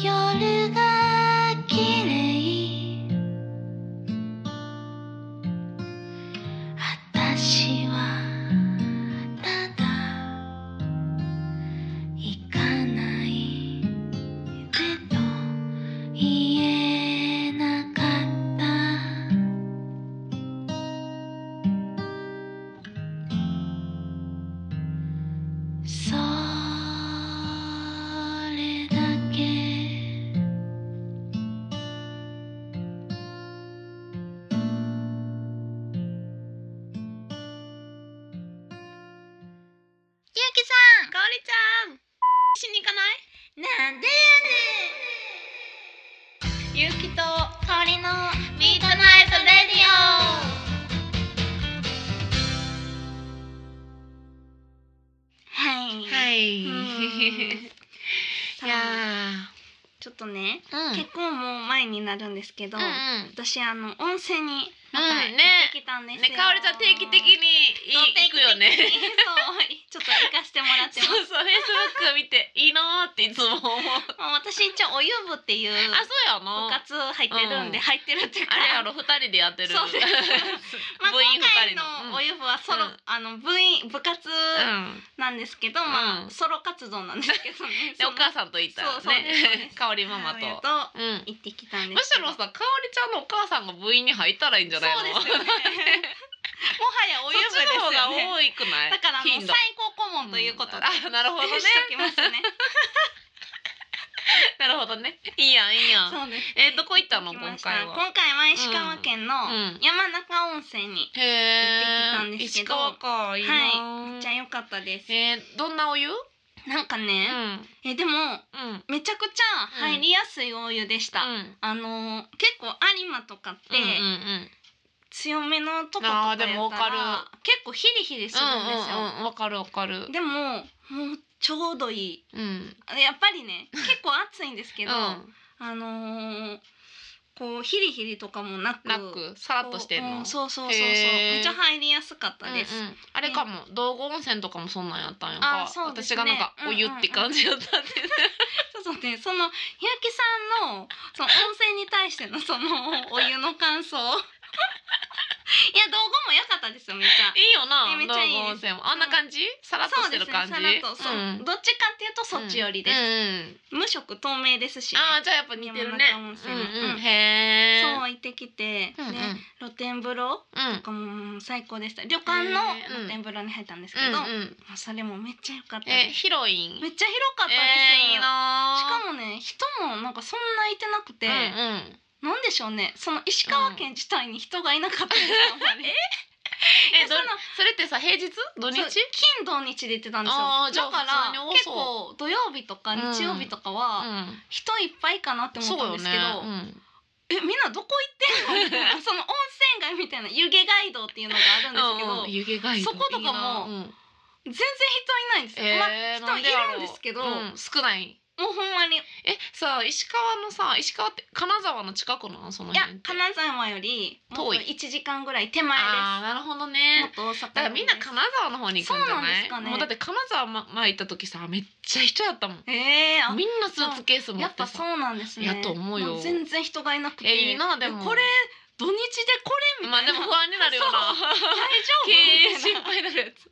Speaker 3: 夜が綺麗私はただ行かないでと言えなかったそれだけ
Speaker 1: ゆうきさんかおりちゃん
Speaker 2: しに行かない
Speaker 1: なんで
Speaker 2: ゆうき
Speaker 1: やねん
Speaker 2: と
Speaker 1: 香りの
Speaker 2: ミートナイトレディ
Speaker 1: はい、
Speaker 2: オ
Speaker 1: (laughs)
Speaker 2: はい
Speaker 1: うん
Speaker 2: いや
Speaker 1: ちょっとね、
Speaker 2: ーうん
Speaker 1: 結婚もう前になるんですけど、
Speaker 2: うんうん
Speaker 1: 私あの温泉にまた
Speaker 2: うん
Speaker 1: 行
Speaker 2: ね
Speaker 1: ってきたんですよ、
Speaker 2: ね、かおりちゃん定期的にい
Speaker 1: そう定期
Speaker 2: 行
Speaker 1: 的
Speaker 2: くよね。
Speaker 1: そうちょっと行かしてもらっ
Speaker 2: そ
Speaker 1: て
Speaker 2: う
Speaker 1: ます
Speaker 2: そう、フェイスブック見ていいなーっていつも思う。あ、
Speaker 1: もう私一応お湯部っていう
Speaker 2: そうや
Speaker 1: 部
Speaker 2: な。
Speaker 1: 活入ってるんで、
Speaker 2: うん
Speaker 1: 入ってるっていうか
Speaker 2: あれやろ、二人でやってる。
Speaker 1: そう
Speaker 2: (laughs)
Speaker 1: ですまあ、
Speaker 2: 部員
Speaker 1: 今
Speaker 2: 二
Speaker 1: 回
Speaker 2: 人の。
Speaker 1: のお
Speaker 2: うん
Speaker 1: 湯部はソロ、
Speaker 2: うん
Speaker 1: あの部員部活
Speaker 2: うん。
Speaker 1: なんですけど、ま
Speaker 2: う
Speaker 1: あ
Speaker 2: ん
Speaker 1: ソロ活動なんですけどね
Speaker 2: (laughs) で、お母
Speaker 1: さ
Speaker 2: さんと行ったよ
Speaker 1: そうそうですそうで
Speaker 2: ね。かおりママと。
Speaker 1: と
Speaker 2: うん。
Speaker 1: 行ってきたんで
Speaker 2: む
Speaker 1: す
Speaker 2: しろさ、かおりちゃんのお母さんが部員に入ったらいいんじゃないの。
Speaker 1: そうですよねもは
Speaker 2: (laughs)
Speaker 1: やお湯部です
Speaker 2: そっちの
Speaker 1: よ
Speaker 2: 方
Speaker 1: ね
Speaker 2: が多いくない。
Speaker 1: だからあの
Speaker 2: (laughs)
Speaker 1: 最
Speaker 2: 頻度
Speaker 1: 高顧問ということで、
Speaker 2: んあ、なる
Speaker 1: (laughs)
Speaker 2: ほどね。
Speaker 1: しときますね
Speaker 2: なるほどね。 (laughs) いいやん、いいやん。
Speaker 1: そうです
Speaker 2: え、どこ行ったの、
Speaker 1: 行きま
Speaker 2: 今
Speaker 1: した
Speaker 2: 回は。
Speaker 1: 今回は石川県の
Speaker 2: うん
Speaker 1: 山中温泉に、
Speaker 2: へ
Speaker 1: 行ってきたん
Speaker 2: え。
Speaker 1: ですけ
Speaker 2: 石
Speaker 1: ど
Speaker 2: 川か、いいなー。
Speaker 1: めっちゃ良かったです
Speaker 2: えー、どんなお湯？うん。
Speaker 1: なんかね、
Speaker 2: う
Speaker 1: えでも
Speaker 2: ん。
Speaker 1: めちゃくちゃ入りやすいお湯でした、
Speaker 2: うん。
Speaker 1: あのー結構有馬とかって、
Speaker 2: うんうん
Speaker 1: 強めのとことかや
Speaker 2: あ
Speaker 1: っ
Speaker 2: ー
Speaker 1: た
Speaker 2: で
Speaker 1: ら
Speaker 2: もわかる
Speaker 1: 結構ヒリヒリするんですよ、
Speaker 2: うんうんうんわかるわかる。
Speaker 1: でももうちょうどいい
Speaker 2: うん。
Speaker 1: あやっぱりね結構暑いんですけど、
Speaker 2: うん
Speaker 1: あのーこうヒリヒリとかもなく
Speaker 2: なくさらっとしてん
Speaker 1: こうう
Speaker 2: の。
Speaker 1: んそうそうそうそう
Speaker 2: へー
Speaker 1: めっちゃ入りやすかったです、
Speaker 2: うんうんあれかも道後温泉とかもそんなんやったんやん
Speaker 1: あ
Speaker 2: か。
Speaker 1: そうですね
Speaker 2: 私がなんかお湯って感じやったって。
Speaker 1: そうそうねそのゆうきさんのその温泉に対しての (laughs) そのお湯の感想 (laughs) いや道後も良かったですよめっちゃ
Speaker 2: (laughs) いいよ
Speaker 1: えめっ
Speaker 2: な
Speaker 1: ちゃいいです
Speaker 2: 道後温泉もあんな感じ？さらっとしてる感じ。
Speaker 1: そうですねさらっとそう、
Speaker 2: うん
Speaker 1: どっちかっていうとそっちよりです
Speaker 2: うん、うん
Speaker 1: 無色透明ですしね、
Speaker 2: ああじゃあやっぱ似てるね。
Speaker 1: 山中温泉
Speaker 2: うん
Speaker 1: う
Speaker 2: うんん。へえ。
Speaker 1: そう行ってきて、
Speaker 2: うんうん。
Speaker 1: ね露天風呂
Speaker 2: うん
Speaker 1: とかも最高でした旅館の
Speaker 2: へーうん
Speaker 1: 露天風呂に入ったんですけど、
Speaker 2: うんうん。
Speaker 1: まあそれもめっちゃ良かった
Speaker 2: え
Speaker 1: です、
Speaker 2: ヒロイン。
Speaker 1: めっちゃ広かったです、
Speaker 2: えーいいなー。
Speaker 1: しかもね人もなんかそんないてなくて、
Speaker 2: うんうん。
Speaker 1: なんでしょうねその石川県自体に人がいなかったんですよ、あんまり
Speaker 2: え
Speaker 1: そ
Speaker 2: ど
Speaker 1: の
Speaker 2: それってさ平日土日
Speaker 1: そう金土日で行ってたんです
Speaker 2: あーじゃ
Speaker 1: よだから
Speaker 2: あ普通に多
Speaker 1: 結
Speaker 2: そ
Speaker 1: 構土曜日とか日曜日とかは
Speaker 2: う
Speaker 1: 人いっぱいかなって
Speaker 2: ん
Speaker 1: 思ったん
Speaker 2: そうよ
Speaker 1: です
Speaker 2: ね
Speaker 1: けど、えみんなどこ行ってんのみたいな
Speaker 2: (laughs)
Speaker 1: その温泉街みたいな湯気街道っていうのがあるんですけど、
Speaker 2: うんうん湯気ガイド
Speaker 1: そことかも
Speaker 2: いいなうん
Speaker 1: 全然人いないんですよ、ま
Speaker 2: えー
Speaker 1: あ、人いるん
Speaker 2: なやろう
Speaker 1: ですけど、
Speaker 2: うん少ない
Speaker 1: もうほんまにい
Speaker 2: えさあ石川のさ石川って金沢の近くなんその
Speaker 1: や
Speaker 2: 辺って
Speaker 1: 金沢よりもっと
Speaker 2: 遠い
Speaker 1: 1時間ぐらい手前
Speaker 2: あー
Speaker 1: で
Speaker 2: なるほ
Speaker 1: す
Speaker 2: ど
Speaker 1: もっ
Speaker 2: ね
Speaker 1: と大阪
Speaker 2: だからみんな金沢の方に行くんじゃ
Speaker 1: そうな
Speaker 2: ない
Speaker 1: んですかね
Speaker 2: もうだって金沢ま前行った時さめっちゃ人やったもん
Speaker 1: ええー、あ
Speaker 2: みんなスーツケース持
Speaker 1: や
Speaker 2: っ
Speaker 1: っぱ
Speaker 2: て
Speaker 1: そ
Speaker 2: さ
Speaker 1: うなんですね
Speaker 2: やと思うよ
Speaker 1: も全然人がいなくて
Speaker 2: えいいなでも
Speaker 1: これ土日でこれみ
Speaker 2: ま
Speaker 1: た
Speaker 2: あ
Speaker 1: い
Speaker 2: で
Speaker 1: な、
Speaker 2: も不安になるよな
Speaker 1: 大丈
Speaker 2: (laughs)
Speaker 1: 夫
Speaker 2: 経営
Speaker 1: みたい
Speaker 2: 心
Speaker 1: な
Speaker 2: 配になるやつ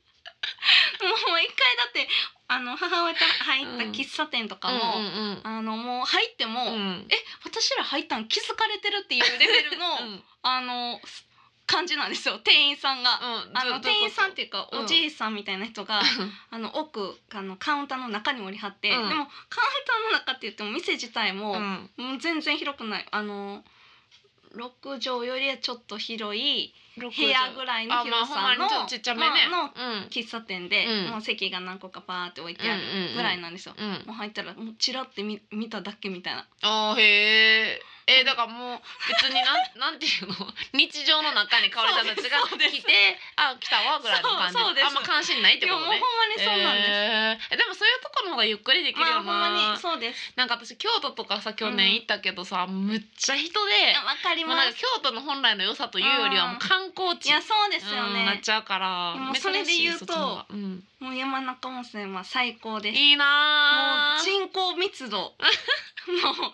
Speaker 1: もう一回だってあの母親と入った喫茶店とかも、
Speaker 2: うんうん
Speaker 1: あのもう入っても、
Speaker 2: うんうん
Speaker 1: え私ら入ったん気づかれてるっていうレベルの、
Speaker 2: (laughs) うん
Speaker 1: あのす感じなんですよ店員さんが。あの店員さんっていうか
Speaker 2: うん
Speaker 1: おじいさんみたいな人が、あの奥あのカウンターの中におりはって、
Speaker 2: うん
Speaker 1: でもカウンターの中って言っても店自体も、
Speaker 2: うん、
Speaker 1: もう全然広くないあの6畳よりはちょっと広い
Speaker 2: 部
Speaker 1: 部屋ぐらいの広
Speaker 2: あ、まあ、ほ
Speaker 1: さ
Speaker 2: んまにちょっとちっちゃ
Speaker 1: の,、
Speaker 2: めね。
Speaker 1: まあの
Speaker 2: うん
Speaker 1: 喫茶店で、
Speaker 2: うん
Speaker 1: もう席が何個かパーって置いてあるぐらいなんですよ。
Speaker 2: うん。
Speaker 1: もう入ったらもうチラって見見ただけみたいな
Speaker 2: あーへえ。えーだからもう別になんなんていうの日常の中にかおりちゃんたちが
Speaker 1: そうです
Speaker 2: 来てあ来たわぐらいの感じ
Speaker 1: そうそうです
Speaker 2: あんま関心ないっ
Speaker 1: い
Speaker 2: て
Speaker 1: や
Speaker 2: こ
Speaker 1: もうほ
Speaker 2: と
Speaker 1: んま
Speaker 2: ね。
Speaker 1: にそうなんです、
Speaker 2: えーでもそういうとこの方がゆっくりできる
Speaker 1: まあ
Speaker 2: よ
Speaker 1: ほんまに
Speaker 2: な、
Speaker 1: そうです
Speaker 2: なんか私京都とかさ去年行ったけどさ、むっちゃ人
Speaker 1: い
Speaker 2: で
Speaker 1: やわかり
Speaker 2: もう
Speaker 1: ま
Speaker 2: なんか
Speaker 1: す
Speaker 2: 京都の本来の良さというよりはもう観光
Speaker 1: い
Speaker 2: 地
Speaker 1: やそうですよ
Speaker 2: うんな
Speaker 1: ね
Speaker 2: っちゃうから
Speaker 1: もうそれで言うと
Speaker 2: 珍しいそっちの方がうん
Speaker 1: もう山中温泉は最高です
Speaker 2: いいな
Speaker 1: もう
Speaker 2: ー
Speaker 1: 人口密
Speaker 2: (laughs)
Speaker 1: 度も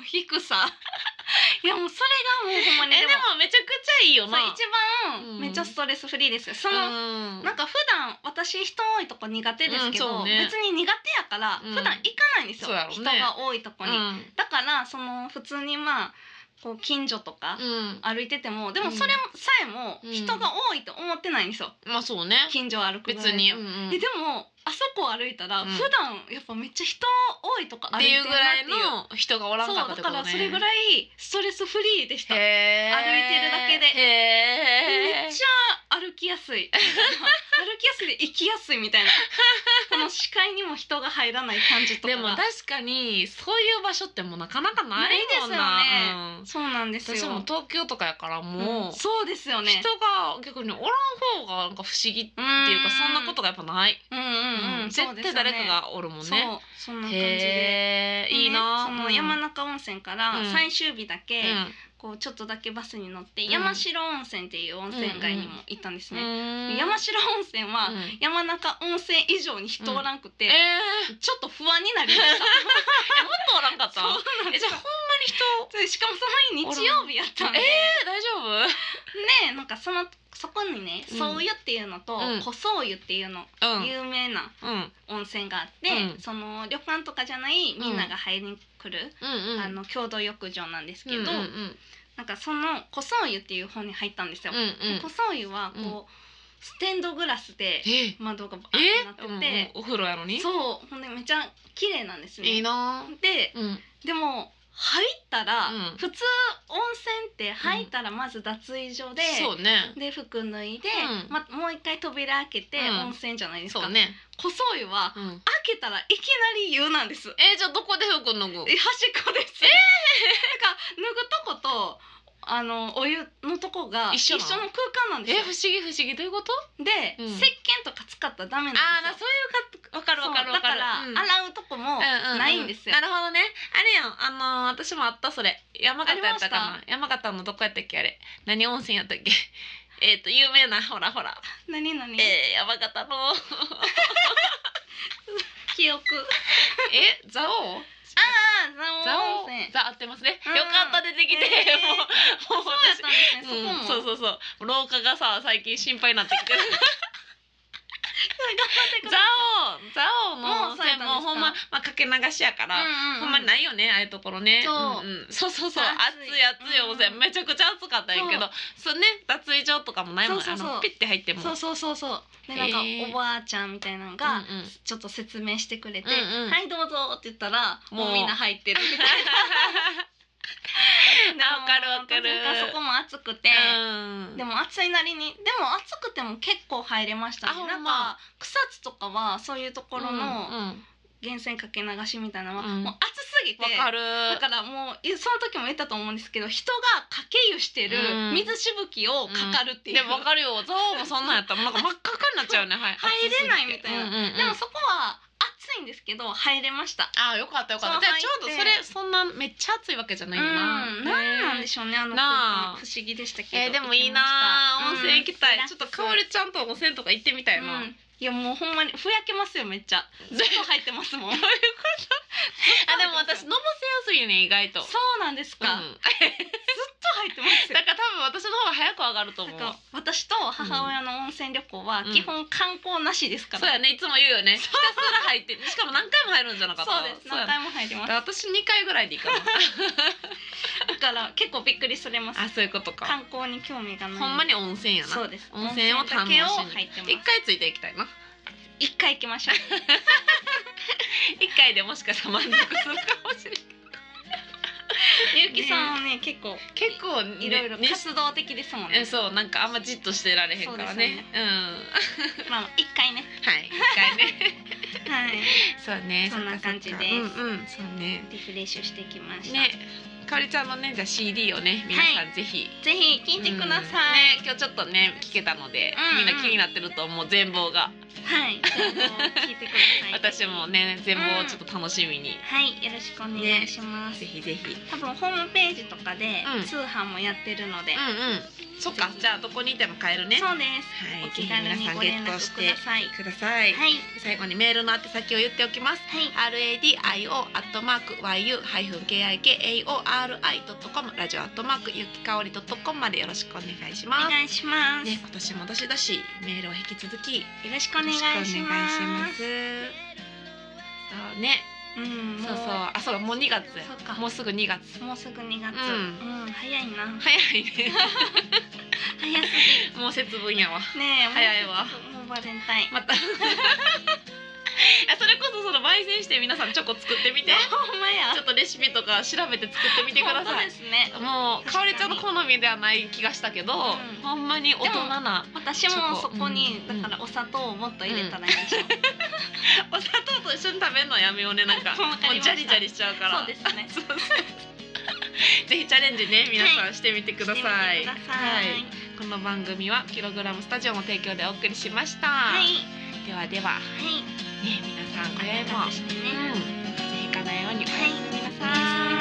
Speaker 1: う低さ (laughs) いやもうそれがもうほんまに
Speaker 2: えで
Speaker 1: でも
Speaker 2: もめちゃくちゃいいよな
Speaker 1: そう一
Speaker 2: うん
Speaker 1: 番めっちゃストレスフリーですよその、
Speaker 2: うん
Speaker 1: なんか普段私人多いとこ苦手ですけ
Speaker 2: うん
Speaker 1: ど、
Speaker 2: そうね
Speaker 1: 別に苦手やから
Speaker 2: うん
Speaker 1: 普段行かないんですよ、
Speaker 2: そうやろね
Speaker 1: 人が多いとこに、
Speaker 2: うん
Speaker 1: だからその普通にまあこう近所とか
Speaker 2: うん
Speaker 1: 歩いてても、でも
Speaker 2: うん
Speaker 1: それさえも
Speaker 2: うん
Speaker 1: 人が多いと思ってないんですよ、
Speaker 2: まあそうね
Speaker 1: 近所を歩くぐらいだ
Speaker 2: 別に、
Speaker 1: と
Speaker 2: うんうん
Speaker 1: えでもあそこを歩いたら
Speaker 2: うん
Speaker 1: 普段やっぱめっちゃ人多いとこ歩
Speaker 2: っ
Speaker 1: い
Speaker 2: て
Speaker 1: て
Speaker 2: い
Speaker 1: るなって
Speaker 2: うぐ
Speaker 1: いう
Speaker 2: らいの人がおらんかった
Speaker 1: そう
Speaker 2: って
Speaker 1: だ
Speaker 2: こ
Speaker 1: か
Speaker 2: とね
Speaker 1: らそれぐ
Speaker 2: い
Speaker 1: らいストレスフリーでしためっ
Speaker 2: へー
Speaker 1: 歩いてるだけで
Speaker 2: へー
Speaker 1: めっちゃ歩きやすい (laughs) 歩きやすいで行きやすいみたいなこの視界にも人が入らない感じとか
Speaker 2: で
Speaker 1: が
Speaker 2: も確かにそういう場所ってもうなかなかないもんな
Speaker 1: ないですよ
Speaker 2: うん
Speaker 1: そうなんですよ
Speaker 2: 私も東京とかやからもう、
Speaker 1: んそうですよね
Speaker 2: 人が逆におらん方がなんか不思議って
Speaker 1: っ
Speaker 2: いうかそんなことがやっぱない、
Speaker 1: うんうんうん、
Speaker 2: 絶対誰かがおるもん
Speaker 1: そう
Speaker 2: ね
Speaker 1: ですよねそうそんな感じで
Speaker 2: へえ
Speaker 1: でね
Speaker 2: いいな、
Speaker 1: その山中温泉から
Speaker 2: うん
Speaker 1: 最終日だけ、
Speaker 2: うん
Speaker 1: こうちょっとだけバスに乗って、
Speaker 2: うん
Speaker 1: 山城温泉っていう温泉街にも行ったんですね、
Speaker 2: うん
Speaker 1: 山城温泉は、
Speaker 2: うん
Speaker 1: 山中温泉以上に人おらんくて、
Speaker 2: えー、え
Speaker 1: ちょっと不安になりました
Speaker 2: もっとおらんかった
Speaker 1: そうなん
Speaker 2: え
Speaker 1: で
Speaker 2: じゃ
Speaker 1: す
Speaker 2: あほんまに人
Speaker 1: でしかもその日日曜日やったんで、
Speaker 2: え大丈
Speaker 1: ねなんかそのそこにね
Speaker 2: うん
Speaker 1: 宗湯っていうのと
Speaker 2: うん
Speaker 1: 小宗湯っていうの、
Speaker 2: 夫うん
Speaker 1: 有名な
Speaker 2: うん
Speaker 1: 温泉があって、
Speaker 2: うん
Speaker 1: その旅館とかじゃないみんなが入りに来る、
Speaker 2: うんうん
Speaker 1: あの共同浴場なんですけど、
Speaker 2: うんうんうん
Speaker 1: なんかその小宗湯っていう方に入ったんですよ。
Speaker 2: うんうん
Speaker 1: で小宗湯はこう、ステンドグラスで
Speaker 2: え
Speaker 1: 窓がバーってなっ
Speaker 2: え
Speaker 1: てて、
Speaker 2: うんうんお風呂やのに
Speaker 1: そうほんでめちゃ綺麗なんですね。
Speaker 2: いいな
Speaker 1: で
Speaker 2: うんうん
Speaker 1: でも入ったら、
Speaker 2: うん
Speaker 1: 普通温泉って入ったらまず脱衣所で、
Speaker 2: そうね
Speaker 1: で服脱いで、
Speaker 2: うん
Speaker 1: ま、もう一回扉開けて
Speaker 2: うん
Speaker 1: 温泉じゃないです
Speaker 2: そ
Speaker 1: か、
Speaker 2: うね、
Speaker 1: 小僧湯は
Speaker 2: うん、
Speaker 1: 開けたらいきなり湯なんですえ
Speaker 2: えじゃあどこで服脱ぐ
Speaker 1: 端っこですええなんか脱ぐとことあのお湯のとこが
Speaker 2: 一緒なの
Speaker 1: の空間なんで
Speaker 2: え不
Speaker 1: す
Speaker 2: 思議不思議どういうこと
Speaker 1: よで、
Speaker 2: うん
Speaker 1: 石鹸とか使ったらダメなんですよ
Speaker 2: ああーそういうかわかるわかる
Speaker 1: そう
Speaker 2: わかる
Speaker 1: だから、
Speaker 2: うん
Speaker 1: 洗うとこもないんですよ、
Speaker 2: うううなるほどねあれやんあのー私もあったそれ山形やったか
Speaker 1: あ
Speaker 2: な山形のどこやったっけあれ何温泉
Speaker 1: (laughs)
Speaker 2: やったっけえっと有名なほらほら、
Speaker 1: 何何、
Speaker 2: えー、山形の
Speaker 1: 記憶
Speaker 2: え蔵王
Speaker 1: ああ (laughs)
Speaker 2: 蔵
Speaker 1: 蔵王
Speaker 2: 王
Speaker 1: 温泉
Speaker 2: 蔵合ってますね、
Speaker 1: うん
Speaker 2: よかった出てきて、
Speaker 1: えー
Speaker 2: (laughs) もうもう私
Speaker 1: そうやったんですね、
Speaker 2: うん、
Speaker 1: そこも
Speaker 2: そうそうそう廊下がさ最近心配になってきて
Speaker 1: (laughs)
Speaker 2: る蔵王蔵王の
Speaker 1: も
Speaker 2: 温泉も
Speaker 1: うそうやったんですか
Speaker 2: ほんま、まあ、かけ流しやから、ほんまにないよねああいうところね
Speaker 1: そう
Speaker 2: うんうん、そうそうそう暑
Speaker 1: 暑い
Speaker 2: い暑い温泉、
Speaker 1: うん
Speaker 2: めちゃくちゃ暑かったんやけどそうね脱衣所とかもないもんね
Speaker 1: そうそうそう
Speaker 2: あのピッて入っても
Speaker 1: そうそうそうそうでなんか
Speaker 2: へー
Speaker 1: おばあちゃんみたいなのが
Speaker 2: うんうん
Speaker 1: ちょっと説明してくれて「
Speaker 2: うんうん (laughs)
Speaker 1: はいどうぞ」って言ったらもう
Speaker 2: もう
Speaker 1: みんな入ってるみたいな
Speaker 2: あ (laughs) わかるわかる
Speaker 1: なんそこも暑くて、
Speaker 2: うん
Speaker 1: でも暑いなりにでも暑くても結構入れました
Speaker 2: あほ
Speaker 1: ね
Speaker 2: んま
Speaker 1: なんか草津とかはそういうところ
Speaker 2: うん
Speaker 1: の
Speaker 2: うん
Speaker 1: 源泉かけ流しみたいなのは、
Speaker 2: うん
Speaker 1: もう暑すぎて
Speaker 2: わかる
Speaker 1: だからもういその時も言ったと思うんですけど人がかけ湯してる
Speaker 2: うん
Speaker 1: 水しぶきをかかるっていう、
Speaker 2: でもわかるよ蔵王もそんなんやったらもうなんか真っ赤っかになっちゃうねはい
Speaker 1: (laughs) 入れないみたいな
Speaker 2: 暑すぎてうんうんうん
Speaker 1: でもそこは暑いんですけど入れました
Speaker 2: あーよかったよかっ
Speaker 1: そう
Speaker 2: たじゃあちょうど
Speaker 1: 入っ
Speaker 2: そ
Speaker 1: て
Speaker 2: れそんなめっちゃ暑いわけじゃないよな、
Speaker 1: うん、なんなんでしょうねあの空
Speaker 2: なあ
Speaker 1: 間不思議でしたけど
Speaker 2: えーでもいいな
Speaker 1: 行
Speaker 2: 温
Speaker 1: きました
Speaker 2: 泉行きたい、
Speaker 1: うん
Speaker 2: ちょっとかおりちゃんと温泉とか行ってみたいな、
Speaker 1: うんいやもうほんまにふやけますよめっちゃずっと入ってます
Speaker 2: (laughs)
Speaker 1: もん
Speaker 2: あでも私のぼせやすいね意外と。
Speaker 1: そうなんです
Speaker 2: うん
Speaker 1: か、ずっと入ってますよ
Speaker 2: だから多分私の方が早く上がると思
Speaker 1: なん
Speaker 2: う。
Speaker 1: か私と母親の温泉旅行は
Speaker 2: うん
Speaker 1: 基本観光なしですから、
Speaker 2: そうやねいつも言うよね。ひたすら入ってしかも何回も入るんじゃなかった。
Speaker 1: そうです
Speaker 2: や
Speaker 1: 何回も入りま
Speaker 2: だ
Speaker 1: す
Speaker 2: から私二回ぐらいでいいかな。
Speaker 1: だから結構びっくりされます
Speaker 2: あそういうことか。
Speaker 1: 観光に興味がない
Speaker 2: ほんまに温泉やな。
Speaker 1: そうです
Speaker 2: 温泉を
Speaker 1: 温
Speaker 2: 堪能
Speaker 1: だけを
Speaker 2: し
Speaker 1: 入
Speaker 2: に
Speaker 1: ってます
Speaker 2: 一回ついていきたいな。
Speaker 1: 一回行きましょう
Speaker 2: 一回でもしかしたら満足するかもしれない。
Speaker 1: (laughs) ゆうきさんはね結構
Speaker 2: 結構ね
Speaker 1: いろいろ
Speaker 2: ね
Speaker 1: 活動的ですもん
Speaker 2: え
Speaker 1: ね
Speaker 2: そうなんかあんまじっとしてられへんから
Speaker 1: そうですよ
Speaker 2: ね
Speaker 1: ね。
Speaker 2: うん
Speaker 1: まあ一回ね
Speaker 2: (laughs) はい一回ね。
Speaker 1: はい
Speaker 2: そうね。
Speaker 1: そんな
Speaker 2: っかっか
Speaker 1: 感じです
Speaker 2: うんうんそうね。
Speaker 1: リフレッシュしてきました、
Speaker 2: ね、かおりちゃんのねじゃあ CD をね皆さんぜひ、
Speaker 1: ぜひ聞いてください、
Speaker 2: うんね、今日ちょっとね聞けたので、
Speaker 1: うんうん
Speaker 2: みんな気になってると思う全貌が
Speaker 1: はい聞いてください
Speaker 2: 私もね全貌をちょっと楽しみに、
Speaker 1: はいよろしくお願いします、
Speaker 2: ぜひぜひ
Speaker 1: 多分ホームページとかで
Speaker 2: うん
Speaker 1: 通販もやってるので、
Speaker 2: うんうんそっかじゃあどこにいても買えるね
Speaker 1: そうです、
Speaker 2: はい
Speaker 1: お
Speaker 2: ぜ
Speaker 1: 気
Speaker 2: ひ
Speaker 1: 軽
Speaker 2: 皆
Speaker 1: に
Speaker 2: さん
Speaker 1: ご
Speaker 2: ゲ
Speaker 1: 連
Speaker 2: ッ
Speaker 1: 絡
Speaker 2: トし
Speaker 1: く
Speaker 2: て
Speaker 1: ださい
Speaker 2: ください、
Speaker 1: はい
Speaker 2: 最後にメールの宛先を言っておきます
Speaker 1: はい、
Speaker 2: RADIO アットマーク YU-KIKAORI.com ラジオアットマークゆきかおり .com までよろしくお願いし
Speaker 1: お
Speaker 2: ます、ね、
Speaker 1: 願いします、
Speaker 2: 今年もどしどしメールを引き続きよ
Speaker 1: よろしくお願いします
Speaker 2: よろくお願いしますそうね
Speaker 1: うん
Speaker 2: そうそう
Speaker 1: も
Speaker 2: あそうかもう2月
Speaker 1: そっか
Speaker 2: もうすぐ2月
Speaker 1: うもうすぐ2月、
Speaker 2: う
Speaker 1: うん早いな
Speaker 2: 早いね
Speaker 1: 早す
Speaker 2: (laughs) もう節分やわ
Speaker 1: ぎねえもう
Speaker 2: 早いわ
Speaker 1: もうバレンタイン
Speaker 2: ま (laughs) たあそれこそその焙煎して皆さんチョコ作ってみて
Speaker 1: ほんまや
Speaker 2: (laughs) ちょっとレシピとか調べて作ってみてくだ
Speaker 1: 本当
Speaker 2: さい
Speaker 1: ですね
Speaker 2: もう
Speaker 1: 確
Speaker 2: かお
Speaker 1: かに
Speaker 2: りちゃんの好みではない気がしたけど、
Speaker 1: うん
Speaker 2: ほんまに大人な
Speaker 1: 私もそこに
Speaker 2: チョコうん
Speaker 1: だからお砂糖をもっと入れたらいいでしょう、
Speaker 2: お砂糖と一緒に食べるのやめようねなん (laughs) か
Speaker 1: わかりました
Speaker 2: もうジャリジャリしちゃうから
Speaker 1: そうですね
Speaker 2: そうそうぜひチャレンジね皆さ
Speaker 1: は
Speaker 2: んしてみてくださ
Speaker 1: し
Speaker 2: い,、
Speaker 1: てみてください
Speaker 2: はいこの番組はキログラムスタジオの提供でお送りしました、
Speaker 1: はい
Speaker 2: ではではね
Speaker 1: はい
Speaker 2: 皆さん今宵も、
Speaker 1: してね、
Speaker 2: うん、風邪ひかないようにおやすみな
Speaker 1: はいおやすみ
Speaker 2: さ
Speaker 1: なさい
Speaker 2: い